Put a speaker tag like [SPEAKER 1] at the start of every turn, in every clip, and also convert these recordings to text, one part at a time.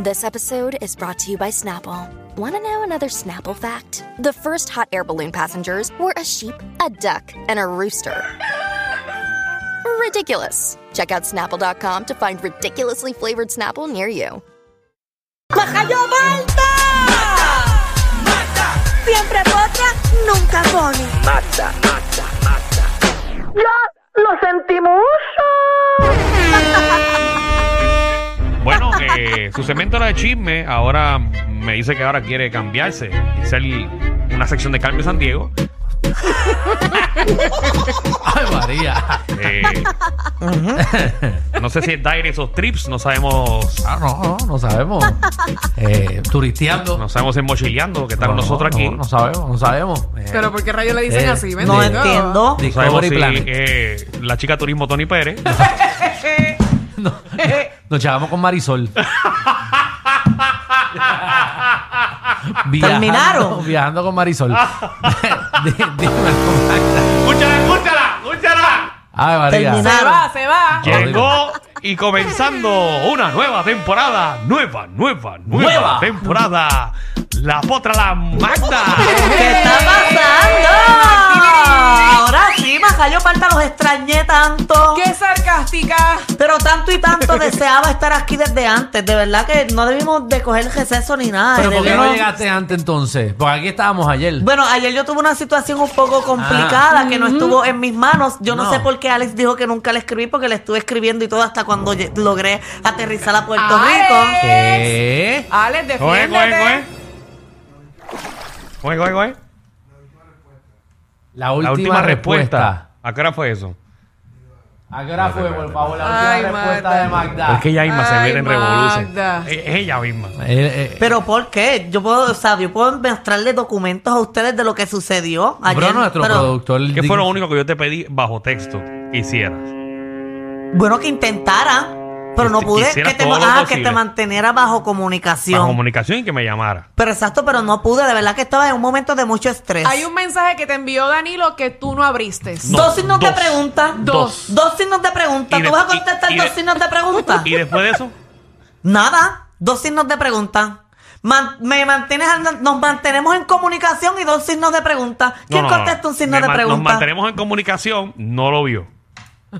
[SPEAKER 1] This episode is brought to you by Snapple. Want to know another Snapple fact? The first hot air balloon passengers were a sheep, a duck, and a rooster. Ridiculous. Check out snapple.com to find ridiculously flavored Snapple near you.
[SPEAKER 2] ¡Majayo Malta! Siempre potra, nunca pone.
[SPEAKER 3] Bueno, eh, su segmento era de chisme. Ahora me dice que ahora quiere cambiarse y ser una sección de cambio San Diego.
[SPEAKER 4] Ay, María.
[SPEAKER 3] Eh, no sé si es Dire esos trips, no sabemos.
[SPEAKER 4] Ah, no, no, no sabemos. Eh, turisteando.
[SPEAKER 3] No sabemos si es mochileando que está con
[SPEAKER 4] No,
[SPEAKER 3] nosotros
[SPEAKER 4] no,
[SPEAKER 3] aquí.
[SPEAKER 4] No, sabemos, no sabemos. Eh,
[SPEAKER 5] Pero ¿por qué rayos le dicen
[SPEAKER 4] Eh,
[SPEAKER 5] así?
[SPEAKER 4] no
[SPEAKER 5] Bendito.
[SPEAKER 2] entiendo.
[SPEAKER 3] No sabemos
[SPEAKER 4] Discovery
[SPEAKER 3] si
[SPEAKER 4] Planet.
[SPEAKER 3] eh, la chica turismo Tony Pérez.
[SPEAKER 4] Nos chavamos con Marisol. Viajando-
[SPEAKER 2] ¿Terminaron?
[SPEAKER 4] Viajando con Marisol. Di- dime cómo está.
[SPEAKER 3] ¡Escúchala, escúchala! ¡Escúchala!
[SPEAKER 4] Ay, María.
[SPEAKER 2] Terminaron.
[SPEAKER 5] Se va, se va.
[SPEAKER 3] Llegó y comenzando una nueva temporada. Nueva, nueva, nueva,
[SPEAKER 4] Nueva.
[SPEAKER 3] temporada. La potra la Magda.
[SPEAKER 2] ¿Qué está pasando? Ahora sí, Majayo Malta los extrañé tanto.
[SPEAKER 5] ¡Qué sarcástica!
[SPEAKER 2] Pero tanto y tanto deseaba estar aquí desde antes. De verdad que no debimos de coger receso ni nada.
[SPEAKER 4] Pero ¿por qué no
[SPEAKER 2] Debimos-
[SPEAKER 4] llegaste antes entonces? Porque aquí estábamos ayer.
[SPEAKER 2] Bueno, ayer yo tuve una situación un poco complicada que no estuvo en mis manos. Yo no.
[SPEAKER 4] No.
[SPEAKER 2] sé por qué Alex dijo que nunca le escribí porque le estuve escribiendo y todo hasta cuando lle- logré aterrizar a Puerto
[SPEAKER 5] Alex.
[SPEAKER 2] Rico.
[SPEAKER 4] ¿Qué?
[SPEAKER 5] Alex,
[SPEAKER 3] Coge, coge, coge.
[SPEAKER 5] defiéndete.
[SPEAKER 3] Coge, coge, coge.
[SPEAKER 4] La última,
[SPEAKER 3] La última
[SPEAKER 4] respuesta.
[SPEAKER 3] respuesta. ¿A qué hora fue eso?
[SPEAKER 4] ¿A qué hora fue, por favor? La última
[SPEAKER 5] Ay,
[SPEAKER 4] respuesta
[SPEAKER 5] Magda.
[SPEAKER 4] de Magda.
[SPEAKER 3] es que ella misma se
[SPEAKER 5] Ay,
[SPEAKER 3] mete en revolución.
[SPEAKER 5] Magda.
[SPEAKER 3] Es ella misma.
[SPEAKER 4] Eh, eh,
[SPEAKER 2] Pero ¿por qué? Yo puedo, o sea, yo puedo mostrarle documentos a ustedes de lo que sucedió ayer.
[SPEAKER 4] Bro, nuestro
[SPEAKER 2] pero-
[SPEAKER 4] productor.
[SPEAKER 3] ¿Qué fue lo único que yo te pedí bajo texto que hicieras?
[SPEAKER 2] Bueno, que intentara, pero no
[SPEAKER 3] Que
[SPEAKER 2] pude.
[SPEAKER 3] hiciera
[SPEAKER 2] Que te,
[SPEAKER 3] todo lo
[SPEAKER 2] ah, que
[SPEAKER 3] posible.
[SPEAKER 2] te manteniera bajo comunicación.
[SPEAKER 3] Bajo comunicación y que me llamara.
[SPEAKER 2] pero exacto, pero no pude. De verdad que estaba en un momento de mucho estrés.
[SPEAKER 5] Hay un mensaje que te envió Danilo que tú no abriste.
[SPEAKER 3] No,
[SPEAKER 2] dos signos de
[SPEAKER 3] dos.
[SPEAKER 2] pregunta.
[SPEAKER 3] Dos.
[SPEAKER 2] Dos signos de pregunta.
[SPEAKER 3] Y
[SPEAKER 2] ¿Tú
[SPEAKER 3] de-
[SPEAKER 2] vas a
[SPEAKER 3] y-
[SPEAKER 2] contestar
[SPEAKER 3] y
[SPEAKER 2] dos
[SPEAKER 3] de-
[SPEAKER 2] signos de pregunta?
[SPEAKER 3] ¿Y después de eso?
[SPEAKER 2] Nada. Dos signos de pregunta. Man- me mantienes, al- nos mantenemos en comunicación y dos signos de pregunta.
[SPEAKER 3] No,
[SPEAKER 2] ¿Quién
[SPEAKER 3] no, no, no.
[SPEAKER 2] contesta un signo
[SPEAKER 3] Me
[SPEAKER 2] de
[SPEAKER 3] man- Nos
[SPEAKER 2] pregunta?
[SPEAKER 3] mantenemos en comunicación, no lo vio.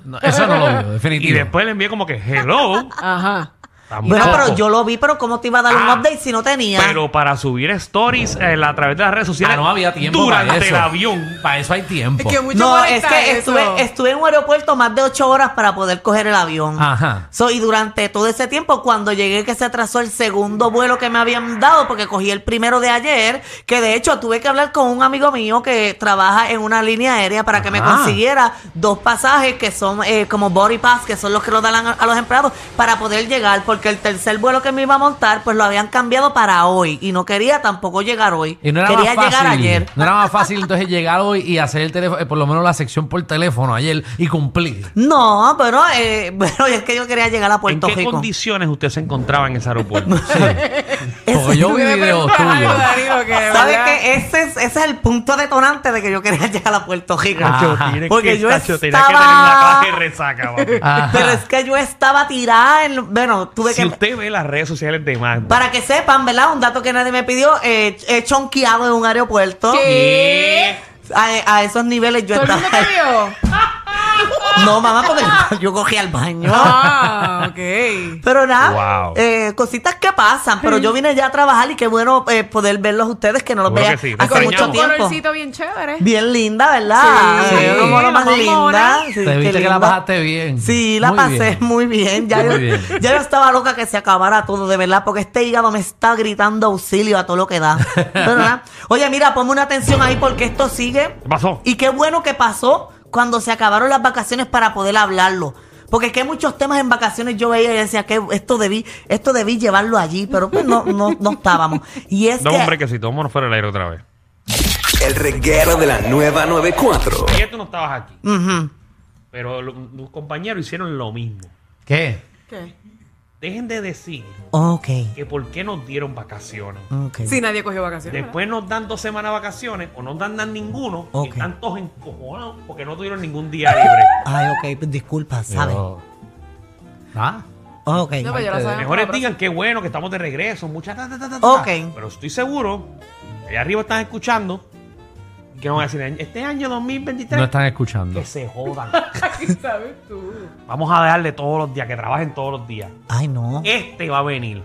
[SPEAKER 4] No, eso no lo veo, definitivo. Ah,
[SPEAKER 3] Y después le envié como que hello.
[SPEAKER 2] Ah.
[SPEAKER 5] Ajá.
[SPEAKER 2] Bueno,
[SPEAKER 3] tampoco.
[SPEAKER 2] pero yo lo vi, pero ¿cómo te iba a dar un
[SPEAKER 3] Ah,
[SPEAKER 2] update si no tenía?
[SPEAKER 3] Pero para subir stories eh, la- a través de las redes sociales
[SPEAKER 4] Ah, no había tiempo
[SPEAKER 3] durante
[SPEAKER 4] para eso.
[SPEAKER 3] el avión.
[SPEAKER 4] Para eso hay tiempo.
[SPEAKER 5] Es que mucho
[SPEAKER 2] No, es
[SPEAKER 5] molesta
[SPEAKER 2] que
[SPEAKER 5] eso.
[SPEAKER 2] estuve, estuve en un aeropuerto más de ocho horas para poder coger el avión.
[SPEAKER 3] Ah.
[SPEAKER 4] Ajá.
[SPEAKER 2] So, y durante todo ese tiempo, cuando llegué, que se atrasó el segundo vuelo que me habían dado, porque cogí el primero de ayer, que de hecho tuve que hablar con un amigo mío que trabaja en una línea aérea para que me
[SPEAKER 4] Ajá.
[SPEAKER 2] consiguiera dos pasajes que son eh, como body pass, que son los que lo dan a, a los empleados, para poder llegar, porque el tercer vuelo que me iba a montar, pues lo habían cambiado para hoy, y no quería tampoco llegar hoy.
[SPEAKER 4] Y no era
[SPEAKER 2] quería
[SPEAKER 4] más fácil.
[SPEAKER 2] llegar ayer.
[SPEAKER 4] No era más fácil entonces llegar hoy y hacer el teléfono, eh, por lo menos la sección por teléfono ayer y cumplir.
[SPEAKER 2] No, pero eh, bueno, es que yo quería llegar a
[SPEAKER 3] ¿En
[SPEAKER 2] Puerto
[SPEAKER 3] qué
[SPEAKER 2] Rico.
[SPEAKER 3] condiciones usted se encontraba en ese aeropuerto?
[SPEAKER 4] Porque yo vi
[SPEAKER 5] Tuve que
[SPEAKER 4] videos
[SPEAKER 5] preguntar algo,
[SPEAKER 4] tuyos.
[SPEAKER 5] Danilo, que de
[SPEAKER 2] ¿Sabes
[SPEAKER 5] verdad-
[SPEAKER 2] qué? Ese es, ese es el punto detonante de que yo quería llegar a Puerto Rico.
[SPEAKER 4] Cacho,
[SPEAKER 3] Tienes que-
[SPEAKER 2] Porque yo
[SPEAKER 3] Tacho, tenía que tener una
[SPEAKER 2] estaba-
[SPEAKER 3] clase de resaca, papi.
[SPEAKER 4] Ajá.
[SPEAKER 2] Pero es que yo estaba tirada en... Bueno, tuve
[SPEAKER 3] Ah, si
[SPEAKER 2] que...
[SPEAKER 3] usted ve las redes sociales de Magda,
[SPEAKER 2] Para que sepan, ¿verdad? Un dato que nadie me pidió, eh, he chonqueado en un aeropuerto.
[SPEAKER 5] ¿Qué?
[SPEAKER 2] A, a esos niveles yo
[SPEAKER 5] ¿Todo el
[SPEAKER 2] estaba...
[SPEAKER 5] mundo te vio?
[SPEAKER 2] No, mamá, porque yo- yo cogí al baño.
[SPEAKER 5] Ah, ok.
[SPEAKER 2] Pero nada,
[SPEAKER 3] Wow.
[SPEAKER 2] eh, cositas que pasan. Pero yo vine ya a trabajar y qué bueno eh, poder verlos ustedes que no los
[SPEAKER 3] Seguro
[SPEAKER 2] veía
[SPEAKER 3] que sí,
[SPEAKER 2] hace
[SPEAKER 3] te extrañamos.
[SPEAKER 2] mucho
[SPEAKER 5] Con un
[SPEAKER 2] tiempo.
[SPEAKER 5] colorcito bien chévere.
[SPEAKER 2] Bien linda, ¿verdad?
[SPEAKER 5] Sí.
[SPEAKER 2] Sí, como lo
[SPEAKER 5] La
[SPEAKER 2] más
[SPEAKER 5] bombona.
[SPEAKER 2] linda. Sí,
[SPEAKER 4] Te
[SPEAKER 2] qué
[SPEAKER 4] viste que la
[SPEAKER 2] linda.
[SPEAKER 4] bajaste bien.
[SPEAKER 2] Sí, la
[SPEAKER 4] Muy
[SPEAKER 2] pasé
[SPEAKER 4] bien.
[SPEAKER 2] muy bien. Ya,
[SPEAKER 4] Muy
[SPEAKER 2] yo,
[SPEAKER 4] bien.
[SPEAKER 2] ya yo estaba loca que se acabara todo, de verdad, porque este hígado me está gritando auxilio a todo lo que da. Pero nada. Oye, mira, ponme una atención ahí porque esto sigue.
[SPEAKER 3] ¿qué pasó?
[SPEAKER 2] Y qué bueno que pasó cuando se acabaron las vacaciones para poder hablarlo. Porque es que muchos temas en vacaciones yo veía y decía que esto debí, esto debí llevarlo allí, pero pues no, no, no estábamos. Y es
[SPEAKER 3] No,
[SPEAKER 2] que-
[SPEAKER 3] hombre, que si tomo no fuera el aire otra vez.
[SPEAKER 6] El reguero de la nueva 94.
[SPEAKER 3] Y tú no estabas aquí.
[SPEAKER 2] Ujú.
[SPEAKER 3] Pero lo- tus compañeros hicieron lo mismo.
[SPEAKER 4] ¿Qué?
[SPEAKER 5] ¿Qué?
[SPEAKER 3] Dejen de decir
[SPEAKER 2] Ok,
[SPEAKER 3] que por qué nos dieron vacaciones.
[SPEAKER 2] ok.
[SPEAKER 5] Si nadie cogió vacaciones. ¿verdad?
[SPEAKER 3] Después nos dan dos semanas de vacaciones o nos dan, dan ninguno
[SPEAKER 2] Ok.
[SPEAKER 3] y están todos encojonados porque no tuvieron ningún día libre.
[SPEAKER 2] Ay, ok, pues, disculpa, ¿sabes?
[SPEAKER 4] Yo- ¿Ah?
[SPEAKER 2] Ok.
[SPEAKER 5] No, pues pero ya lo
[SPEAKER 4] Mejor
[SPEAKER 5] sabemos.
[SPEAKER 3] Mejores
[SPEAKER 5] Ahora
[SPEAKER 3] digan qué bueno que estamos de regreso. Muchas ta, ta, ta, ta, ta.
[SPEAKER 2] Ok.
[SPEAKER 3] Pero estoy seguro, allá arriba están escuchando y que nos van a decir, este año 2023
[SPEAKER 4] No están escuchando.
[SPEAKER 3] que se jodan.
[SPEAKER 5] sí. ¿Sabes tú?
[SPEAKER 3] Vamos a darle todos los días, que trabajen todos los días.
[SPEAKER 2] Ay, no.
[SPEAKER 3] Este va a venir.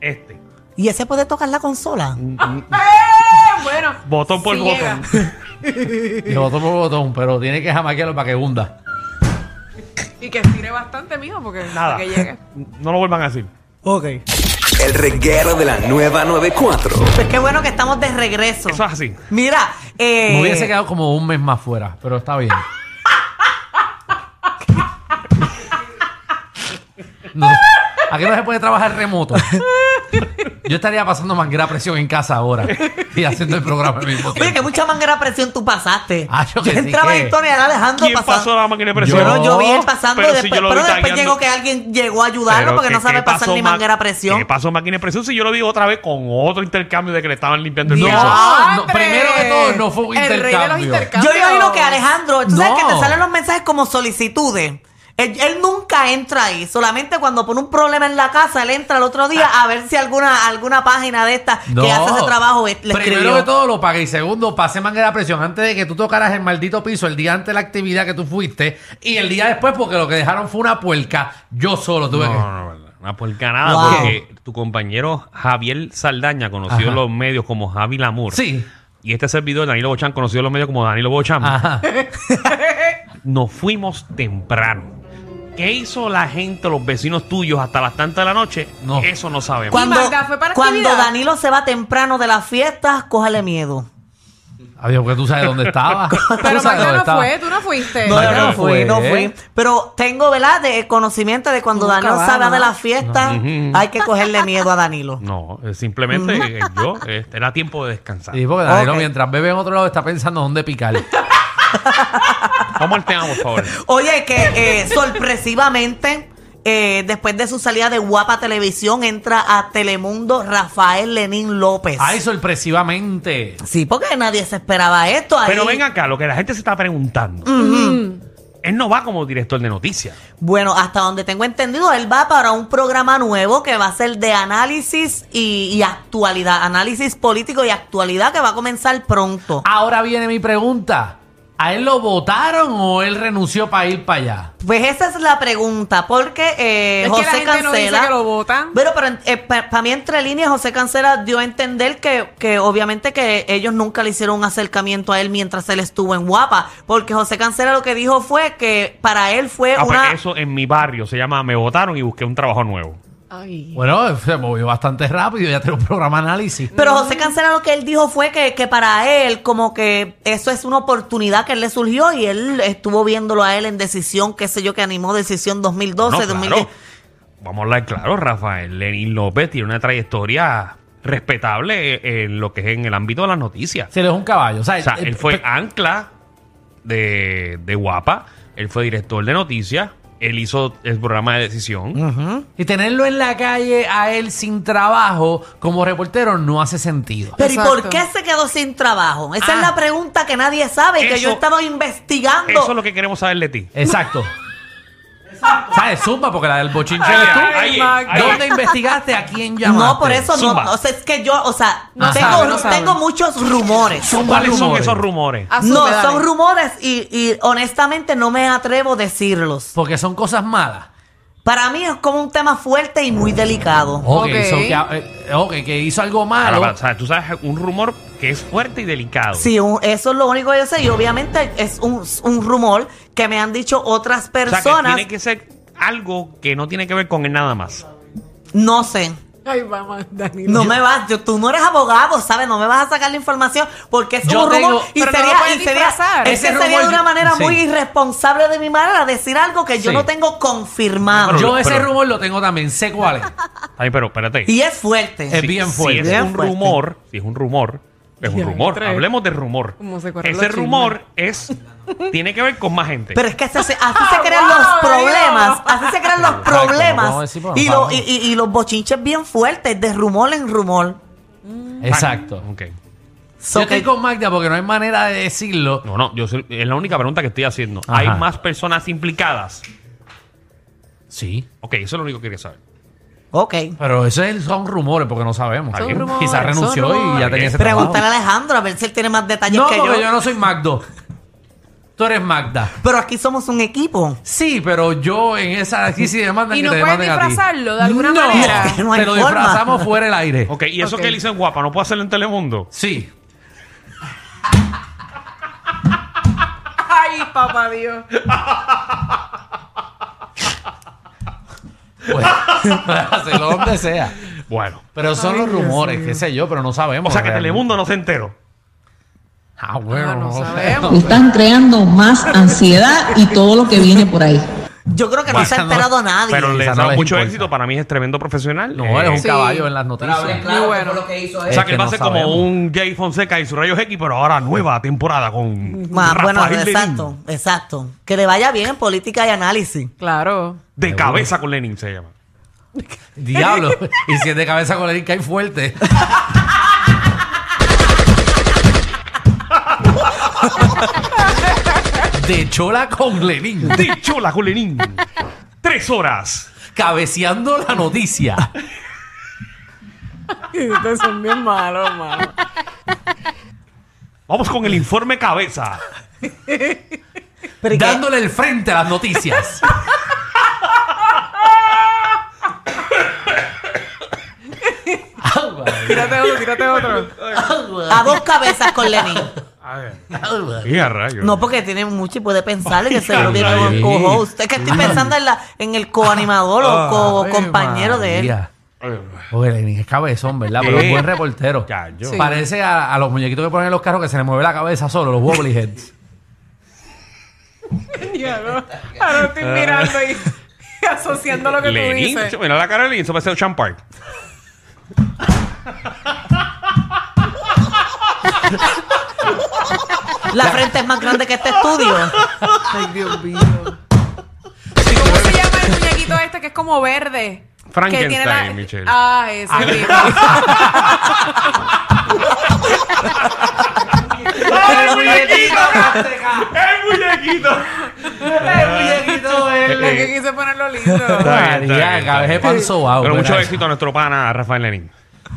[SPEAKER 3] Este.
[SPEAKER 2] ¿Y ese puede tocar la consola?
[SPEAKER 5] ¡Eh! Bueno.
[SPEAKER 3] Botón por
[SPEAKER 5] si llega.
[SPEAKER 3] botón.
[SPEAKER 4] Y botón por botón, pero tiene que jamaquearlo para que hunda.
[SPEAKER 5] Y que estire bastante, mijo, porque
[SPEAKER 3] Nada.
[SPEAKER 5] para que llegue.
[SPEAKER 3] No lo vuelvan a decir.
[SPEAKER 2] Ok.
[SPEAKER 6] El reguero de la nueva 94.
[SPEAKER 2] Pues qué bueno que estamos de regreso.
[SPEAKER 3] Eso es así.
[SPEAKER 2] Mira, eh.
[SPEAKER 4] Me hubiese quedado como un mes más fuera, pero está bien. No, aquí no se puede trabajar remoto. Yo estaría pasando manguera a presión en casa ahora y haciendo el programa al mismo
[SPEAKER 2] Oye,
[SPEAKER 4] tiempo.
[SPEAKER 2] que mucha manguera presión tú pasaste.
[SPEAKER 4] Ah, yo que sí
[SPEAKER 2] entraba
[SPEAKER 4] que-
[SPEAKER 2] Antonio y ahora Alejandro
[SPEAKER 3] ¿Quién pasó la máquina de presión?
[SPEAKER 4] Yo-
[SPEAKER 2] Bueno, yo vi él pasando,
[SPEAKER 3] Pero si
[SPEAKER 2] después,
[SPEAKER 3] yo lo vi
[SPEAKER 2] pero después
[SPEAKER 3] tagueando.
[SPEAKER 2] llegó que alguien llegó a ayudarlo porque
[SPEAKER 3] ¿qué-
[SPEAKER 2] no sabe
[SPEAKER 3] qué
[SPEAKER 2] pasar
[SPEAKER 3] pasó
[SPEAKER 2] ni
[SPEAKER 3] ma-
[SPEAKER 2] manguera a presión.
[SPEAKER 3] ¿Qué pasó máquina de presión? Si yo lo vi otra vez con otro intercambio de que le estaban limpiando el
[SPEAKER 4] No,
[SPEAKER 3] piso.
[SPEAKER 4] no,
[SPEAKER 5] ¡Diantre!
[SPEAKER 4] primero que todo, no fue un
[SPEAKER 5] El rey de
[SPEAKER 4] intercambio.
[SPEAKER 5] los
[SPEAKER 2] Yo
[SPEAKER 5] intercambios.
[SPEAKER 2] imagino que Alejandro, tú sabes
[SPEAKER 4] No.
[SPEAKER 2] que te salen los mensajes como solicitudes. Él, él nunca entra ahí, solamente cuando pone un problema en la casa, él entra el otro día a ver si alguna alguna página de esta que hace ese trabajo eh, le
[SPEAKER 4] Primero
[SPEAKER 2] escribió.
[SPEAKER 4] que todo lo pagué y segundo, pasé manguera a presión antes de que tú tocaras el maldito piso el día antes de la actividad que tú fuiste y el día después porque lo que dejaron fue una puerca. Yo solo tuve que...
[SPEAKER 3] no, no, Pues, una porcanada
[SPEAKER 2] Wow.
[SPEAKER 3] porque tu compañero Javier Saldaña, conocido
[SPEAKER 4] Ajá.
[SPEAKER 3] en los medios como Javi Lamour.
[SPEAKER 4] Sí.
[SPEAKER 3] Y este servidor, Danilo Bochán, conocido en los medios como Danilo Bochán.
[SPEAKER 4] Ajá.
[SPEAKER 3] Nos fuimos temprano. ¿Qué hizo la gente, los vecinos tuyos, hasta las tantas de la noche?
[SPEAKER 4] No.
[SPEAKER 3] Eso no sabemos.
[SPEAKER 2] Cuando,
[SPEAKER 5] Magda, ¿fue para
[SPEAKER 2] cuando
[SPEAKER 5] actividad?
[SPEAKER 2] Danilo se va temprano de las fiestas, cójale miedo.
[SPEAKER 4] Adiós, que tú sabes dónde estaba. Tú
[SPEAKER 5] Pero
[SPEAKER 4] sabes dónde
[SPEAKER 5] Magda no
[SPEAKER 4] estaba.
[SPEAKER 5] fue, tú no fuiste.
[SPEAKER 2] No,
[SPEAKER 4] Magda
[SPEAKER 2] yo no
[SPEAKER 4] no
[SPEAKER 2] fui,
[SPEAKER 4] fue,
[SPEAKER 2] no fui.
[SPEAKER 4] ¿eh?
[SPEAKER 2] Pero tengo, ¿verdad?, de conocimiento de cuando
[SPEAKER 5] Nunca
[SPEAKER 2] Danilo
[SPEAKER 5] va,
[SPEAKER 2] se va
[SPEAKER 5] ¿no?
[SPEAKER 2] de las fiestas, hay que cogerle miedo a Danilo.
[SPEAKER 3] No, eh, simplemente
[SPEAKER 4] Mm.
[SPEAKER 3] eh, yo, eh, era tiempo de descansar.
[SPEAKER 4] Sí, porque Danilo
[SPEAKER 2] Ok.
[SPEAKER 4] mientras bebe en otro lado está pensando dónde picar.
[SPEAKER 3] Vamos al tema, por favor.
[SPEAKER 2] Oye, que eh, sorpresivamente, eh, después de su salida de Guapa Televisión, entra a Telemundo Rafael Lenín López.
[SPEAKER 4] Ay, Ah, sorpresivamente.
[SPEAKER 2] sí, porque nadie se esperaba esto. ahí.
[SPEAKER 3] Pero ven acá, lo que la gente se está preguntando.
[SPEAKER 4] Mm.
[SPEAKER 5] Mm.
[SPEAKER 3] Él no va como director de noticias.
[SPEAKER 2] Bueno, hasta donde tengo entendido, él va para un programa nuevo que va a ser de análisis y, y actualidad, análisis político y actualidad que va a comenzar pronto.
[SPEAKER 4] Ahora viene mi pregunta. ¿A él lo votaron o él renunció para ir para allá?
[SPEAKER 2] Pues esa es la pregunta, porque eh,
[SPEAKER 5] Es que
[SPEAKER 2] José
[SPEAKER 5] la gente
[SPEAKER 2] Cancela.
[SPEAKER 5] no dice que lo votan.
[SPEAKER 2] Pero, pero para mí, entre líneas, José Cancela dio a entender que, que obviamente que ellos nunca le hicieron un acercamiento a él mientras él estuvo en Guapa. Porque José Cancela lo que dijo fue que para él
[SPEAKER 4] Eh,
[SPEAKER 2] fue
[SPEAKER 3] Ah, pues
[SPEAKER 2] una.
[SPEAKER 3] eso en mi barrio se llama Me votaron y busqué un trabajo nuevo.
[SPEAKER 5] Ay.
[SPEAKER 4] Bueno, se movió bastante rápido, ya tiene un programa de análisis.
[SPEAKER 2] Pero
[SPEAKER 5] Mm.
[SPEAKER 2] José Cancela lo que él dijo fue que, que para él, como que eso es una oportunidad que él le surgió y él estuvo viéndolo a él en decisión, qué sé yo, que animó decisión 2012,
[SPEAKER 3] No,
[SPEAKER 2] 2010.
[SPEAKER 3] claro. Vamos a hablar claro, Rafael Lenín López tiene una trayectoria respetable eh, en lo que es en el ámbito de las noticias.
[SPEAKER 4] Se le es un caballo. O sea,
[SPEAKER 3] O sea,
[SPEAKER 4] el-
[SPEAKER 3] él fue
[SPEAKER 4] Eh, pe-
[SPEAKER 3] ancla de, de Guapa, él fue director de noticias, él hizo el programa de decisión.
[SPEAKER 4] Y tenerlo en la calle a él sin trabajo como reportero no hace sentido.
[SPEAKER 2] Pero ¿y por
[SPEAKER 5] Exacto.
[SPEAKER 2] qué se quedó sin trabajo? Esa
[SPEAKER 4] Ah.
[SPEAKER 2] es la pregunta que nadie sabe y que
[SPEAKER 3] Eso-
[SPEAKER 2] yo estaba investigando.
[SPEAKER 3] Eso es lo que queremos saber de ti.
[SPEAKER 4] Exacto. ¿Sabes? Zumba, porque la del bochinche
[SPEAKER 3] Ay,
[SPEAKER 4] eres tú.
[SPEAKER 3] ay, ay, ay, ay.
[SPEAKER 4] ¿Dónde investigaste? ¿A quién llamaste?
[SPEAKER 2] No, por eso
[SPEAKER 3] Zumba.
[SPEAKER 2] no. O sea, es que yo, o sea,
[SPEAKER 4] No
[SPEAKER 2] tengo,
[SPEAKER 4] sabe, no
[SPEAKER 5] sabe.
[SPEAKER 2] tengo muchos rumores.
[SPEAKER 4] Zumba
[SPEAKER 3] ¿Cuáles son
[SPEAKER 4] rumores.
[SPEAKER 3] esos rumores?
[SPEAKER 5] Asume,
[SPEAKER 2] no,
[SPEAKER 5] dale.
[SPEAKER 2] son rumores y, y honestamente no me atrevo a decirlos.
[SPEAKER 4] Porque son cosas malas.
[SPEAKER 2] Para mí es como un tema fuerte y muy delicado.
[SPEAKER 4] Ok,
[SPEAKER 5] Ok.
[SPEAKER 4] so que, eh, ok, que hizo algo malo.
[SPEAKER 3] Ahora, o sea, tú sabes un rumor que es fuerte y delicado.
[SPEAKER 2] Sí, un- eso es lo único que yo sé y obviamente es un, un rumor que me han dicho otras
[SPEAKER 3] O sea, que
[SPEAKER 2] personas.
[SPEAKER 3] tiene que ser algo que no tiene que ver con él nada más.
[SPEAKER 2] No sé.
[SPEAKER 5] Ay, vamos, Danilo.
[SPEAKER 2] No me vas, yo- tú no eres abogado, ¿sabes? No me vas a sacar la información porque es
[SPEAKER 4] Yo
[SPEAKER 2] un
[SPEAKER 4] tengo-
[SPEAKER 2] rumor y
[SPEAKER 5] pero no lo
[SPEAKER 2] sería,
[SPEAKER 5] puedes
[SPEAKER 2] y sería-
[SPEAKER 5] disfrazar.
[SPEAKER 2] es que
[SPEAKER 4] Ese
[SPEAKER 2] sería de
[SPEAKER 4] rumor-
[SPEAKER 2] una manera
[SPEAKER 4] sí.
[SPEAKER 2] muy irresponsable de mi manera decir algo que yo
[SPEAKER 4] Sí.
[SPEAKER 2] no tengo confirmado.
[SPEAKER 3] Pero-
[SPEAKER 4] Yo ese
[SPEAKER 3] pero-
[SPEAKER 4] rumor lo tengo también, sé cuál es.
[SPEAKER 3] Ay, pero espérate.
[SPEAKER 2] y es fuerte.
[SPEAKER 4] Es bien fuerte.
[SPEAKER 3] Si es
[SPEAKER 2] Bien
[SPEAKER 3] un
[SPEAKER 2] fuerte.
[SPEAKER 3] rumor, si es un rumor, es un
[SPEAKER 5] Ya,
[SPEAKER 3] rumor.
[SPEAKER 5] tres.
[SPEAKER 3] Hablemos de rumor.
[SPEAKER 5] Como se corren
[SPEAKER 3] Ese
[SPEAKER 5] los
[SPEAKER 3] rumor es tiene que ver con más gente.
[SPEAKER 2] Pero es que así, se- así se crean
[SPEAKER 5] Ah, wow,
[SPEAKER 2] los
[SPEAKER 5] Danilo.
[SPEAKER 2] problemas. Así se crean los
[SPEAKER 4] Exacto, no podemos
[SPEAKER 2] problemas.
[SPEAKER 4] decir, por
[SPEAKER 2] Y, lo-
[SPEAKER 4] favor.
[SPEAKER 2] y, y- y los bochinches bien fuertes, de rumor en rumor.
[SPEAKER 4] Exacto.
[SPEAKER 3] Ok.
[SPEAKER 2] So
[SPEAKER 4] yo estoy
[SPEAKER 2] que-
[SPEAKER 4] con Magda porque no hay manera de decirlo.
[SPEAKER 3] No, no, yo soy- es la única pregunta que estoy haciendo.
[SPEAKER 4] Ajá.
[SPEAKER 3] ¿Hay más personas implicadas?
[SPEAKER 4] Sí.
[SPEAKER 3] Ok, eso es lo único que quería saber.
[SPEAKER 2] Ok.
[SPEAKER 4] Pero eso es- son rumores porque no sabemos.
[SPEAKER 3] Son
[SPEAKER 4] Alguien
[SPEAKER 5] rumores,
[SPEAKER 4] Quizás renunció
[SPEAKER 5] son
[SPEAKER 4] y ya
[SPEAKER 5] rumores.
[SPEAKER 4] tenía ese trabajo.
[SPEAKER 2] Pregúntale a Alejandro a ver si él tiene más detalles
[SPEAKER 4] No,
[SPEAKER 2] que
[SPEAKER 4] porque
[SPEAKER 2] yo.
[SPEAKER 4] yo no soy Magdo. Tú eres Magda.
[SPEAKER 2] Pero aquí somos un equipo.
[SPEAKER 4] Sí, pero yo en esa aquí sí demandan
[SPEAKER 5] Y
[SPEAKER 4] que
[SPEAKER 5] no
[SPEAKER 4] te
[SPEAKER 5] puedes
[SPEAKER 4] demanden a ti.
[SPEAKER 5] disfrazarlo de alguna
[SPEAKER 4] no,
[SPEAKER 5] manera.
[SPEAKER 4] Te
[SPEAKER 2] No hay
[SPEAKER 4] lo
[SPEAKER 2] forma.
[SPEAKER 4] disfrazamos fuera del aire.
[SPEAKER 3] Ok, ¿y eso
[SPEAKER 5] Ok.
[SPEAKER 3] que le dicen guapa no puedo hacerlo en Telemundo?
[SPEAKER 4] Sí.
[SPEAKER 5] Ay, papá Dios.
[SPEAKER 4] Pues, hacerlo donde sea.
[SPEAKER 3] Bueno.
[SPEAKER 4] Pero son los rumores, qué sé yo, pero no sabemos.
[SPEAKER 3] O sea que
[SPEAKER 4] realmente.
[SPEAKER 3] Telemundo no se enteró.
[SPEAKER 4] Ah, bueno,
[SPEAKER 5] Ah, no
[SPEAKER 4] no sé.
[SPEAKER 5] sabemos.
[SPEAKER 7] Están creando más ansiedad y todo lo que viene por ahí.
[SPEAKER 2] Yo creo que no se ha
[SPEAKER 4] Bueno, no,
[SPEAKER 2] enterado nadie.
[SPEAKER 3] Pero le
[SPEAKER 4] esa no
[SPEAKER 3] deseo
[SPEAKER 4] les
[SPEAKER 3] mucho
[SPEAKER 4] importa.
[SPEAKER 3] éxito. Para mí es tremendo profesional.
[SPEAKER 4] No,
[SPEAKER 3] Eh,
[SPEAKER 4] eres un
[SPEAKER 5] Sí.
[SPEAKER 4] caballo en las noticias.
[SPEAKER 5] Muy bueno.
[SPEAKER 3] O sea, que
[SPEAKER 4] Es
[SPEAKER 3] él va a
[SPEAKER 4] no
[SPEAKER 3] ser
[SPEAKER 4] sabemos.
[SPEAKER 3] como un Jay Fonseca y sus rayos X, pero ahora nueva temporada con
[SPEAKER 2] Ma-
[SPEAKER 3] Rafael
[SPEAKER 2] bueno,
[SPEAKER 3] Lenin.
[SPEAKER 2] exacto, exacto. Que le vaya bien en política y análisis.
[SPEAKER 5] Claro.
[SPEAKER 3] De cabeza con Lenin se llama.
[SPEAKER 4] Diablo. y si es de cabeza con el cae fuerte. De chola con Lenin,
[SPEAKER 3] De chola con Lenin. Tres horas.
[SPEAKER 4] cabeceando la noticia.
[SPEAKER 5] Ustedes son bien malos, mano.
[SPEAKER 3] Vamos con el informe cabeza.
[SPEAKER 2] Pero ¿y qué?
[SPEAKER 4] dándole el frente a las noticias. Agua,
[SPEAKER 5] Tírate otro, tírate otro.
[SPEAKER 2] a dos cabezas con Lenin.
[SPEAKER 4] agua.
[SPEAKER 3] Y a rayos.
[SPEAKER 2] No, porque tiene mucho y puede pensar y que se lo tiene un
[SPEAKER 4] Sí.
[SPEAKER 2] co-host. Es que estoy pensando en, la, en el coanimador
[SPEAKER 3] Ah.
[SPEAKER 2] o
[SPEAKER 4] Ay,
[SPEAKER 2] co-compañero de él.
[SPEAKER 4] María. Oye, Lenin es cabezón, ¿verdad? Pero es
[SPEAKER 3] Eh.
[SPEAKER 4] buen reportero.
[SPEAKER 3] Ya, yo.
[SPEAKER 5] Sí.
[SPEAKER 4] Parece a, a los muñequitos que ponen en los carros que se les mueve la cabeza solo, los wobbly heads.
[SPEAKER 5] Ya no. Ahora estoy mirando y, y asociando lo que tú
[SPEAKER 3] Lenin,
[SPEAKER 5] dices.
[SPEAKER 3] mira la cara de Lenin, eso parece Ocean Park.
[SPEAKER 2] La frente es más grande que este estudio.
[SPEAKER 5] Ay, Dios mío. ¿Cómo se llama el muñequito este que es como verde?
[SPEAKER 3] Frankenstein,
[SPEAKER 5] Que tiene la-
[SPEAKER 3] Michelle.
[SPEAKER 5] Ah, ese mismo.
[SPEAKER 3] ¡El muñequito! ¡El muñequito! Eh,
[SPEAKER 5] Es
[SPEAKER 2] Eh,
[SPEAKER 5] que quise ponerlo lindo.
[SPEAKER 3] Está bien, está bien,
[SPEAKER 4] María,
[SPEAKER 3] está
[SPEAKER 4] cabeza de
[SPEAKER 3] bien.
[SPEAKER 4] pan
[SPEAKER 2] Ah,
[SPEAKER 4] sobao,
[SPEAKER 3] Pero mucho
[SPEAKER 4] ¿verdad?
[SPEAKER 3] éxito a nuestro pana Rafael Lenin.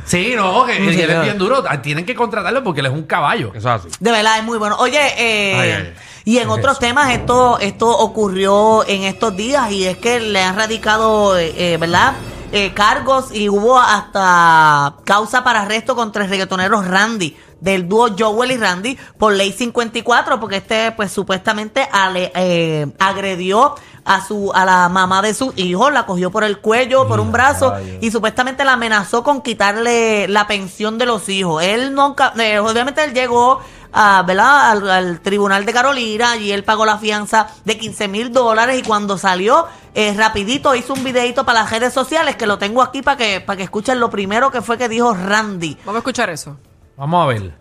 [SPEAKER 4] Sí, no, que
[SPEAKER 2] Sí,
[SPEAKER 4] él es
[SPEAKER 2] claro.
[SPEAKER 4] bien duro. Ah, Tienen que contratarlo porque él es un caballo.
[SPEAKER 3] Eso es así.
[SPEAKER 2] De verdad, es muy bueno. Oye, eh,
[SPEAKER 3] Ay, ay, ay.
[SPEAKER 2] y en otros temas, esto, esto ocurrió en estos días y es que le han radicado, eh, eh, ¿verdad? Eh, cargos y hubo hasta causa para arresto contra el reggaetoneros Randy, del dúo Joel y Randy, por ley 54, porque este, pues supuestamente ale- eh, agredió a su a la mamá de su hijo, la cogió por el cuello, por un brazo y supuestamente la amenazó con quitarle la pensión de los hijos. Él nunca, eh, obviamente él llegó a, ¿verdad? Al, al tribunal de Carolina y él pagó la fianza de 15 mil dólares y cuando salió, eh, rapidito hizo un videito para las redes sociales que lo tengo aquí para que, para que escuchen lo primero que fue que dijo Randy.
[SPEAKER 5] Vamos a escuchar eso.
[SPEAKER 4] Vamos a ver.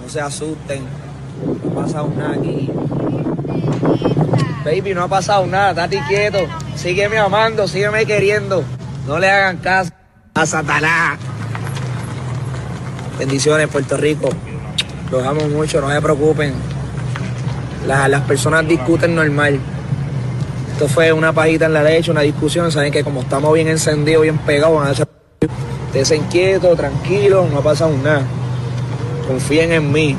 [SPEAKER 8] No se asusten. No ha pasado nada aquí. Baby, no ha pasado nada. Estate quieto. Sígueme amando, sígueme queriendo. No le hagan caso a Satanás. Bendiciones, Puerto Rico. Los amo mucho, no se preocupen. Las, las personas discuten normal. Esto fue una pajita en la leche, una discusión. Saben que como estamos bien encendidos, bien pegados, van a echar- Esténse quietos, tranquilos, no ha pasado nada confíen en mí.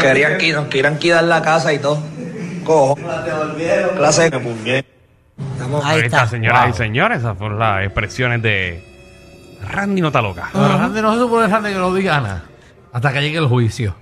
[SPEAKER 8] Querían que nos quieran quitar la casa y todo. Cojo. Clase de Estamos
[SPEAKER 2] Ahí
[SPEAKER 3] Ahí está,
[SPEAKER 2] está.
[SPEAKER 3] señoras
[SPEAKER 4] Wow.
[SPEAKER 3] y señores. Esas fueron las expresiones de Randy Nota Loca.
[SPEAKER 4] Pero Randy no se supone Randy que no diga nada. Hasta que llegue el juicio.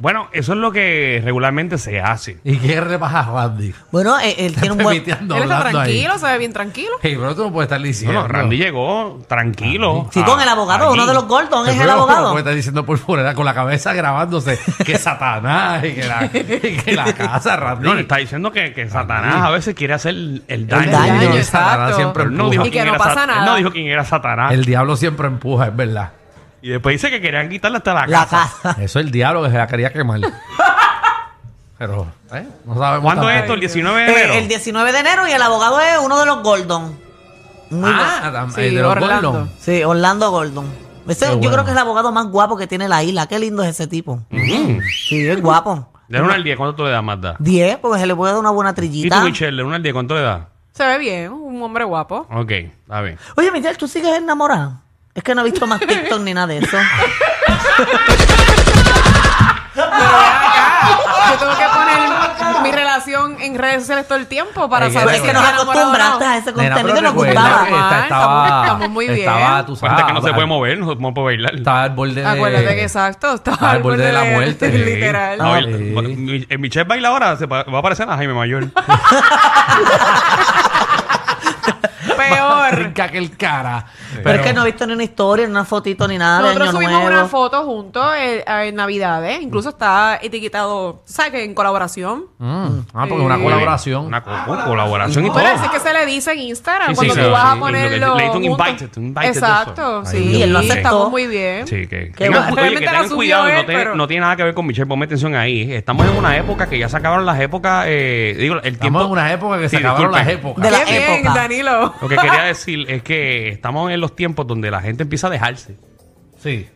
[SPEAKER 3] Bueno, eso es lo que regularmente se hace.
[SPEAKER 4] ¿Y qué le pasa a Randy?
[SPEAKER 2] Bueno, eh, él, él tiene un buen...
[SPEAKER 4] Piteando,
[SPEAKER 5] Él está
[SPEAKER 4] hablando ahí.
[SPEAKER 5] tranquilo, se ve bien tranquilo.
[SPEAKER 4] Hey, pero tú no puedes estar
[SPEAKER 3] No,
[SPEAKER 4] diciendo.
[SPEAKER 3] no, Randy llegó tranquilo. Ah,
[SPEAKER 2] Sí, con el abogado,
[SPEAKER 3] Aquí.
[SPEAKER 2] uno de los Gordon es
[SPEAKER 4] Pero
[SPEAKER 2] el
[SPEAKER 4] no
[SPEAKER 2] abogado.
[SPEAKER 4] puede estar diciendo por fuera con la cabeza grabándose que Satanás y que la, y que la casa, Randy.
[SPEAKER 3] No, le está diciendo que, que Satanás a veces quiere hacer el, el daño.
[SPEAKER 4] El
[SPEAKER 2] daño,
[SPEAKER 4] diablo,
[SPEAKER 5] exacto.
[SPEAKER 4] Satanás siempre
[SPEAKER 3] Pero él no
[SPEAKER 4] empuja.
[SPEAKER 3] dijo
[SPEAKER 5] Y que
[SPEAKER 3] quién
[SPEAKER 5] no
[SPEAKER 3] era
[SPEAKER 5] pasa
[SPEAKER 3] Sat- él
[SPEAKER 5] nada.
[SPEAKER 3] no dijo quién era Satanás.
[SPEAKER 4] El diablo siempre empuja, es verdad.
[SPEAKER 3] Y después dice que querían quitarle hasta la,
[SPEAKER 2] La
[SPEAKER 3] casa.
[SPEAKER 2] casa.
[SPEAKER 4] Eso es el diablo que se la quería quemar. Pero, ¿eh? No sabemos.
[SPEAKER 3] ¿Cuándo es esto?
[SPEAKER 4] tampoco.
[SPEAKER 3] ¿El 19 de enero?
[SPEAKER 2] Eh, el 19 de enero y el abogado es uno de los Gordon. Muy
[SPEAKER 4] Ah, tam-
[SPEAKER 5] Sí,
[SPEAKER 4] el de los
[SPEAKER 5] Orlando.
[SPEAKER 4] Gordon.
[SPEAKER 2] bu- Sí, Orlando Gordon. Ese,
[SPEAKER 4] Qué
[SPEAKER 2] yo
[SPEAKER 4] bueno.
[SPEAKER 2] creo que es el abogado más guapo que tiene la isla. Qué lindo es ese tipo.
[SPEAKER 3] Mm.
[SPEAKER 2] Sí, es guapo.
[SPEAKER 3] De 1 al 10, ¿cuánto tú le das, Magda?
[SPEAKER 2] 10, porque se le puede dar una buena
[SPEAKER 3] ¿Y tú,
[SPEAKER 2] trillita.
[SPEAKER 3] Michelle, de 1 al 10, cuánto le das?
[SPEAKER 5] Se ve bien, un hombre guapo.
[SPEAKER 3] Ok, está bien.
[SPEAKER 2] Oye, Michelle, ¿tú sigues enamorada? Es que no he visto más TikTok ni nada de eso.
[SPEAKER 5] Ah, Yo tengo que poner mi relación en redes sociales todo el tiempo para
[SPEAKER 4] Ay,
[SPEAKER 5] saber
[SPEAKER 2] Pero es
[SPEAKER 5] si
[SPEAKER 2] que nos
[SPEAKER 5] estoy enamorado o no.
[SPEAKER 2] acostumbraste a ese
[SPEAKER 4] Nena,
[SPEAKER 2] contenido
[SPEAKER 4] pero
[SPEAKER 2] que nos
[SPEAKER 4] recuerda
[SPEAKER 2] gustaba.
[SPEAKER 4] que esta
[SPEAKER 5] Ah,
[SPEAKER 4] estaba,
[SPEAKER 5] estamos- estamos muy bien.
[SPEAKER 4] Estaba, tú
[SPEAKER 3] Acuérdate
[SPEAKER 4] sabes,
[SPEAKER 3] que no se
[SPEAKER 4] al-
[SPEAKER 3] puede mover, no se puede bailar.
[SPEAKER 4] Estaba al borde de.
[SPEAKER 5] Acuérdate que exacto, estaba
[SPEAKER 4] Al borde de la muerte.
[SPEAKER 3] Sí.
[SPEAKER 5] Literal.
[SPEAKER 3] No,
[SPEAKER 4] Ah,
[SPEAKER 3] el-
[SPEAKER 4] sí.
[SPEAKER 3] mi- el Michelle baila ahora, se pa- va a parecer a Jaime Mayor.
[SPEAKER 4] Más
[SPEAKER 5] Peor.
[SPEAKER 4] rica que el cara.
[SPEAKER 2] Pero, es que no he visto ni una historia, ni una fotito, ni nada de
[SPEAKER 5] Nosotros
[SPEAKER 2] año
[SPEAKER 5] subimos
[SPEAKER 2] nuevo.
[SPEAKER 5] una foto juntos eh, en Navidades. Incluso está etiquetado, ¿sabes? Que en colaboración.
[SPEAKER 4] Mm, Ah, porque una
[SPEAKER 5] Sí.
[SPEAKER 4] colaboración.
[SPEAKER 3] Una co- co- colaboración y todo.
[SPEAKER 5] Bueno, así es que se le dice en
[SPEAKER 3] Oh.
[SPEAKER 5] Instagram
[SPEAKER 3] Sí, sí,
[SPEAKER 5] cuando
[SPEAKER 3] sí,
[SPEAKER 5] tú
[SPEAKER 3] sí,
[SPEAKER 5] vas
[SPEAKER 3] sí,
[SPEAKER 5] a
[SPEAKER 3] lo que le-
[SPEAKER 5] ponerlo.
[SPEAKER 3] le hizo un
[SPEAKER 5] junto.
[SPEAKER 3] invited, un invited de eso.
[SPEAKER 5] Exacto,
[SPEAKER 4] Ay,
[SPEAKER 5] sí.
[SPEAKER 4] Dios. Y él lo
[SPEAKER 2] aceptó.
[SPEAKER 5] Estamos muy bien.
[SPEAKER 3] Sí, que,
[SPEAKER 2] Qué
[SPEAKER 3] tengan-
[SPEAKER 2] bueno.
[SPEAKER 3] oye, que
[SPEAKER 5] Realmente la
[SPEAKER 3] tengan
[SPEAKER 5] subió
[SPEAKER 3] cuidado,
[SPEAKER 5] él,
[SPEAKER 3] no, te-
[SPEAKER 5] pero-
[SPEAKER 3] no tiene nada que ver con Michelle, ponme atención ahí. Estamos en una época que ya se acabaron las épocas, eh, digo, el tiempo...
[SPEAKER 4] Estamos en una época que
[SPEAKER 3] Sí,
[SPEAKER 4] se acabaron
[SPEAKER 3] disculpen.
[SPEAKER 4] las épocas.
[SPEAKER 2] De la
[SPEAKER 5] Qué bien,
[SPEAKER 2] época.
[SPEAKER 5] Danilo.
[SPEAKER 3] Lo que quería decir es que estamos en los tiempos donde la gente empieza a dejarse.
[SPEAKER 4] Sí.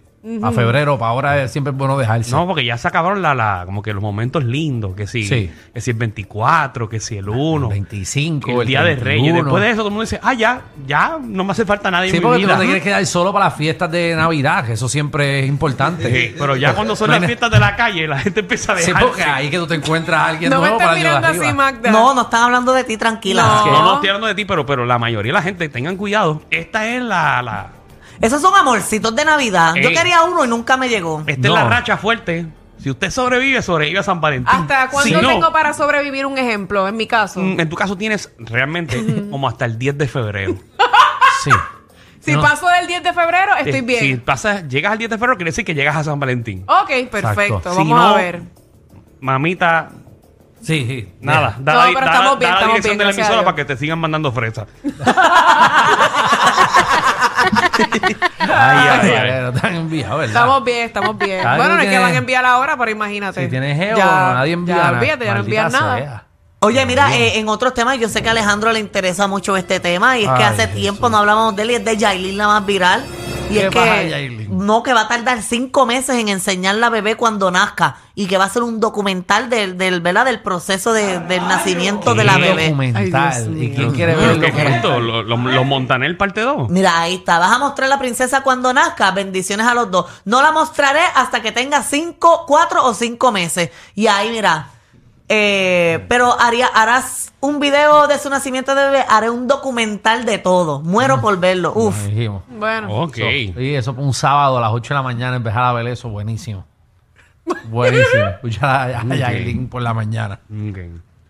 [SPEAKER 4] A febrero, para ahora es siempre es bueno dejarse.
[SPEAKER 3] No, porque ya se acabaron la, la- como que los momentos lindos, que si,
[SPEAKER 4] Sí.
[SPEAKER 3] que si el 24, que si el 1,
[SPEAKER 4] 25,
[SPEAKER 3] el,
[SPEAKER 4] el
[SPEAKER 3] Día de Reyes.
[SPEAKER 4] 31.
[SPEAKER 3] Después de eso todo el mundo dice, ah, ya, ya, no me hace falta nadie
[SPEAKER 4] Sí,
[SPEAKER 3] en mi
[SPEAKER 4] porque tú
[SPEAKER 3] vida.
[SPEAKER 4] no te quieres quedar solo para las fiestas de Navidad, que eso siempre es importante.
[SPEAKER 3] Sí, pero ya cuando son
[SPEAKER 4] No hay
[SPEAKER 3] las
[SPEAKER 4] na-
[SPEAKER 3] fiestas de la calle, la gente empieza a
[SPEAKER 4] Sí,
[SPEAKER 3] dejarse.
[SPEAKER 4] porque ahí que tú te encuentras a alguien
[SPEAKER 5] No me
[SPEAKER 4] nuevo
[SPEAKER 5] estás
[SPEAKER 4] para el año de
[SPEAKER 5] mirando así,
[SPEAKER 4] arriba.
[SPEAKER 5] Magda.
[SPEAKER 2] No, no están hablando de ti, tranquila.
[SPEAKER 5] No.
[SPEAKER 3] No, no estoy hablando de ti, pero, pero la mayoría de la gente, tengan cuidado. Esta es la. la
[SPEAKER 2] Esos son amorcitos de Navidad. Yo
[SPEAKER 3] Ey.
[SPEAKER 2] quería uno y nunca me llegó.
[SPEAKER 3] esta
[SPEAKER 4] No.
[SPEAKER 3] es la racha fuerte. Si usted sobrevive, sobrevive a San Valentín.
[SPEAKER 5] ¿Hasta cuándo
[SPEAKER 3] Si no,
[SPEAKER 5] tengo para sobrevivir un ejemplo? En mi caso.
[SPEAKER 3] mm, En tu caso tienes realmente como hasta el 10 de febrero.
[SPEAKER 4] Sí.
[SPEAKER 5] si
[SPEAKER 4] no.
[SPEAKER 5] paso del 10 de febrero, estoy
[SPEAKER 3] Eh,
[SPEAKER 5] bien.
[SPEAKER 3] Si pasas, llegas al 10 de febrero, quiere decir que llegas a San Valentín.
[SPEAKER 5] Ok, perfecto.
[SPEAKER 4] Exacto.
[SPEAKER 5] Vamos
[SPEAKER 3] Si no,
[SPEAKER 5] a ver.
[SPEAKER 3] Mamita,
[SPEAKER 4] Sí, sí.
[SPEAKER 3] nada. Da,
[SPEAKER 5] No,
[SPEAKER 3] la-
[SPEAKER 5] pero
[SPEAKER 3] da la-
[SPEAKER 5] estamos bien,
[SPEAKER 3] da la
[SPEAKER 5] estamos
[SPEAKER 3] dirección
[SPEAKER 5] bien,
[SPEAKER 3] de la
[SPEAKER 5] gracias a
[SPEAKER 3] emisora
[SPEAKER 5] Dios.
[SPEAKER 3] para que te sigan mandando fresas.
[SPEAKER 4] Ay, ay,
[SPEAKER 3] ay,
[SPEAKER 4] ay, no te han enviado, ¿verdad?
[SPEAKER 5] Estamos bien, estamos bien.
[SPEAKER 4] Cada
[SPEAKER 5] bueno,
[SPEAKER 4] uno
[SPEAKER 5] no es que
[SPEAKER 4] tiene-
[SPEAKER 5] van a enviar ahora, pero imagínate.
[SPEAKER 4] Si tienes geo,
[SPEAKER 5] Ya-
[SPEAKER 4] nadie envía nada.
[SPEAKER 5] Ya, olvídate, ya no
[SPEAKER 4] Maldita
[SPEAKER 5] envían nada.
[SPEAKER 4] sea.
[SPEAKER 2] Oye, mira, eh, en otros temas, yo sé que a Alejandro le interesa mucho este tema y es que
[SPEAKER 4] Ay,
[SPEAKER 2] hace tiempo no hablábamos de él y es de Yailin la más viral. Y
[SPEAKER 4] ¿Qué
[SPEAKER 2] es
[SPEAKER 4] pasa,
[SPEAKER 2] que
[SPEAKER 4] Yailin?
[SPEAKER 2] no, que va a tardar cinco meses en enseñar la bebé cuando nazca y que va a ser un documental del, del, ¿verdad? del proceso de- del nacimiento de la
[SPEAKER 4] Qué
[SPEAKER 2] bebé.
[SPEAKER 5] Ay,
[SPEAKER 4] documental.
[SPEAKER 5] Dios
[SPEAKER 4] ¿Y
[SPEAKER 5] mío.
[SPEAKER 4] quién quiere ver
[SPEAKER 3] Pero
[SPEAKER 4] el
[SPEAKER 3] ¿qué es
[SPEAKER 4] documental?
[SPEAKER 3] esto? ¿Lo- lo- ¿Los Montanel parte 2?
[SPEAKER 2] Mira, ahí está. Vas a mostrar la princesa cuando nazca. Bendiciones a los dos. No la mostraré hasta que tenga cinco, cuatro o cinco meses. Y ahí, mira. eh, pero haría, harás un video de su nacimiento de bebé. Haré un documental de todo.
[SPEAKER 3] Mm.
[SPEAKER 2] Muero por verlo. Uf.
[SPEAKER 4] Como dijimos.
[SPEAKER 5] Bueno,
[SPEAKER 3] Ok.
[SPEAKER 4] Eso, y eso fue un sábado a las 8 de la mañana empezar a ver eso, buenísimo. Buenísimo. Escuchar a, a
[SPEAKER 3] Ok.
[SPEAKER 4] Yailin por la mañana.
[SPEAKER 3] Ok.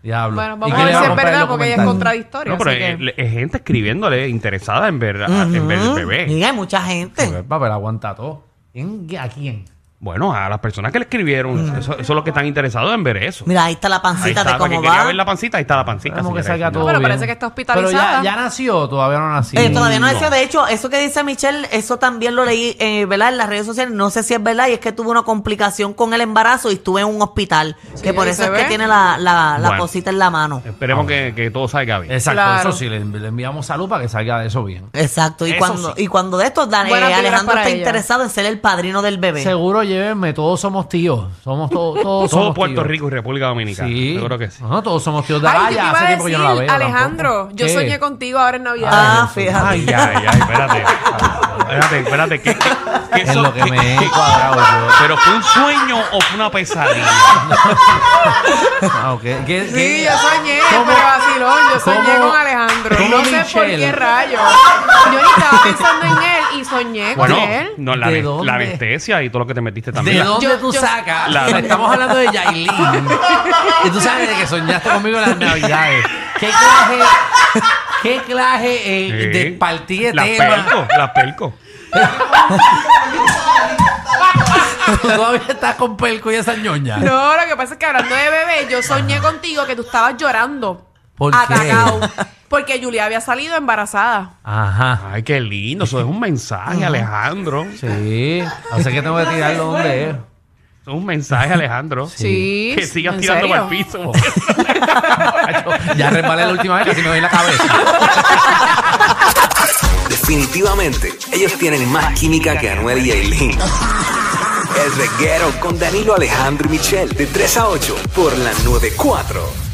[SPEAKER 4] Diablo.
[SPEAKER 5] Bueno,
[SPEAKER 4] ¿Y
[SPEAKER 5] vamos
[SPEAKER 4] qué
[SPEAKER 5] a
[SPEAKER 4] le
[SPEAKER 5] ver si
[SPEAKER 4] va
[SPEAKER 5] es
[SPEAKER 4] comprar el
[SPEAKER 5] verdad, porque ella
[SPEAKER 4] documental?
[SPEAKER 5] es
[SPEAKER 4] eh,
[SPEAKER 5] contradictoria.
[SPEAKER 3] No, pero
[SPEAKER 5] así que-
[SPEAKER 3] es, es gente escribiéndole interesada en ver, a- en ver el bebé.
[SPEAKER 2] Mira, hay mucha gente.
[SPEAKER 4] Pues, papel aguanta todo. ¿Quién- ¿A quién?
[SPEAKER 3] Bueno, a las personas que le escribieron, eso, eso es lo que están interesados en ver eso.
[SPEAKER 2] Mira, ahí está la
[SPEAKER 3] Ahí
[SPEAKER 2] pancita
[SPEAKER 3] está,
[SPEAKER 2] de
[SPEAKER 3] para que
[SPEAKER 2] cómo
[SPEAKER 3] quería
[SPEAKER 2] va.
[SPEAKER 3] ver la pancita, ahí está la pancita.
[SPEAKER 4] Como que
[SPEAKER 3] señora y
[SPEAKER 4] salga todo
[SPEAKER 3] señores.
[SPEAKER 5] Pero
[SPEAKER 4] bien.
[SPEAKER 5] parece que está
[SPEAKER 4] Pero ya,
[SPEAKER 5] hospitalizada.
[SPEAKER 4] ya nació o todavía no nació.
[SPEAKER 2] Eh, todavía no
[SPEAKER 3] No.
[SPEAKER 2] decía, de hecho, eso que dice Michelle, eso también lo leí, eh, ¿verdad? En las redes sociales, no sé si es verdad, y es que tuvo una complicación con el embarazo y estuve en un hospital, que
[SPEAKER 5] ahí
[SPEAKER 2] por eso
[SPEAKER 5] se
[SPEAKER 2] es
[SPEAKER 5] ve.
[SPEAKER 2] que tiene la, la, la
[SPEAKER 3] Bueno. Eh,
[SPEAKER 2] cosita en la mano.
[SPEAKER 3] Esperemos que, que todo salga bien.
[SPEAKER 4] Exacto,
[SPEAKER 5] Claro.
[SPEAKER 4] eso sí, le, le enviamos salud para que salga de eso bien.
[SPEAKER 2] Exacto, y
[SPEAKER 3] Eso
[SPEAKER 2] cuando,
[SPEAKER 3] sí.
[SPEAKER 2] y cuando de estos, Dan, eh,
[SPEAKER 5] Buenas vibras
[SPEAKER 2] Alejandro
[SPEAKER 5] para
[SPEAKER 2] está
[SPEAKER 5] ella.
[SPEAKER 2] interesado en ser el padrino del bebé.
[SPEAKER 4] Seguro llévenme, todos somos tíos. Somos to- todos somos
[SPEAKER 3] Todo Puerto
[SPEAKER 4] tíos.
[SPEAKER 3] Rico y República Dominicana.
[SPEAKER 4] Sí.
[SPEAKER 3] Yo creo que sí.
[SPEAKER 4] No, todos somos tíos de
[SPEAKER 5] Ay, yo te
[SPEAKER 4] Araya.
[SPEAKER 5] iba
[SPEAKER 4] Hace
[SPEAKER 5] a
[SPEAKER 4] tiempo que yo no la veo.
[SPEAKER 5] decir, Alejandro,
[SPEAKER 4] tampoco.
[SPEAKER 5] yo
[SPEAKER 4] ¿Qué?
[SPEAKER 5] soñé contigo ahora en Navidad.
[SPEAKER 2] Ah,
[SPEAKER 4] Ay,
[SPEAKER 2] fíjate.
[SPEAKER 3] Ay, ay, ay, espérate. espérate, espérate. ¿Qué, qué
[SPEAKER 4] Es
[SPEAKER 3] son-
[SPEAKER 4] lo que
[SPEAKER 3] qué-
[SPEAKER 4] me
[SPEAKER 3] qué-
[SPEAKER 4] he cuadrado yo.
[SPEAKER 3] ¿Pero fue un sueño o fue una pesadilla?
[SPEAKER 4] Ah, ok. ¿Qué-
[SPEAKER 5] Sí,
[SPEAKER 4] qué-
[SPEAKER 5] yo soñé,
[SPEAKER 4] ¿Cómo-
[SPEAKER 5] pero vacilón, yo soñé
[SPEAKER 4] cómo-
[SPEAKER 5] con Alejandro.
[SPEAKER 4] cómo
[SPEAKER 5] No sé por
[SPEAKER 4] Michelle?
[SPEAKER 5] qué rayo. Yo ni estaba pensando en él y soñé
[SPEAKER 3] Bueno,
[SPEAKER 5] con él.
[SPEAKER 3] no, la,
[SPEAKER 4] ¿De
[SPEAKER 3] ves-
[SPEAKER 4] dónde?
[SPEAKER 3] la anestesia y todo lo que te metiste también.
[SPEAKER 4] ¿De
[SPEAKER 3] La-
[SPEAKER 4] dónde
[SPEAKER 5] Yo-
[SPEAKER 4] tú
[SPEAKER 5] yo-
[SPEAKER 4] sacas?
[SPEAKER 3] La-
[SPEAKER 4] O sea, estamos hablando de Yailin. y tú sabes de que soñaste conmigo en las navidades. ¿Qué clase, qué clase eh,
[SPEAKER 3] Sí.
[SPEAKER 4] de partida de
[SPEAKER 3] La
[SPEAKER 4] tema?
[SPEAKER 3] pelco, la pelco.
[SPEAKER 4] Tú todavía estás con pelco y esa ñoña.
[SPEAKER 5] No, lo que pasa es que hablando de bebé, yo soñé contigo que tú estabas llorando.
[SPEAKER 4] ¿Por qué?
[SPEAKER 5] atacado. Porque Julia había salido embarazada.
[SPEAKER 4] Ajá.
[SPEAKER 3] Ay, qué lindo. Eso es un mensaje, Alejandro. Eso
[SPEAKER 4] Sí. Así que tengo que tirarlo donde es.
[SPEAKER 3] es un mensaje, Alejandro.
[SPEAKER 5] Sí.
[SPEAKER 3] Que sigas
[SPEAKER 5] ¿en
[SPEAKER 3] tirando
[SPEAKER 5] serio?
[SPEAKER 3] para el piso.
[SPEAKER 4] Ya resbalé la última vez, casi me doy en la cabeza.
[SPEAKER 6] Definitivamente, ellos tienen más química que Anuel y Aileen. El reguero con Danilo Alejandro y Michel de 3 a 8 por la 94.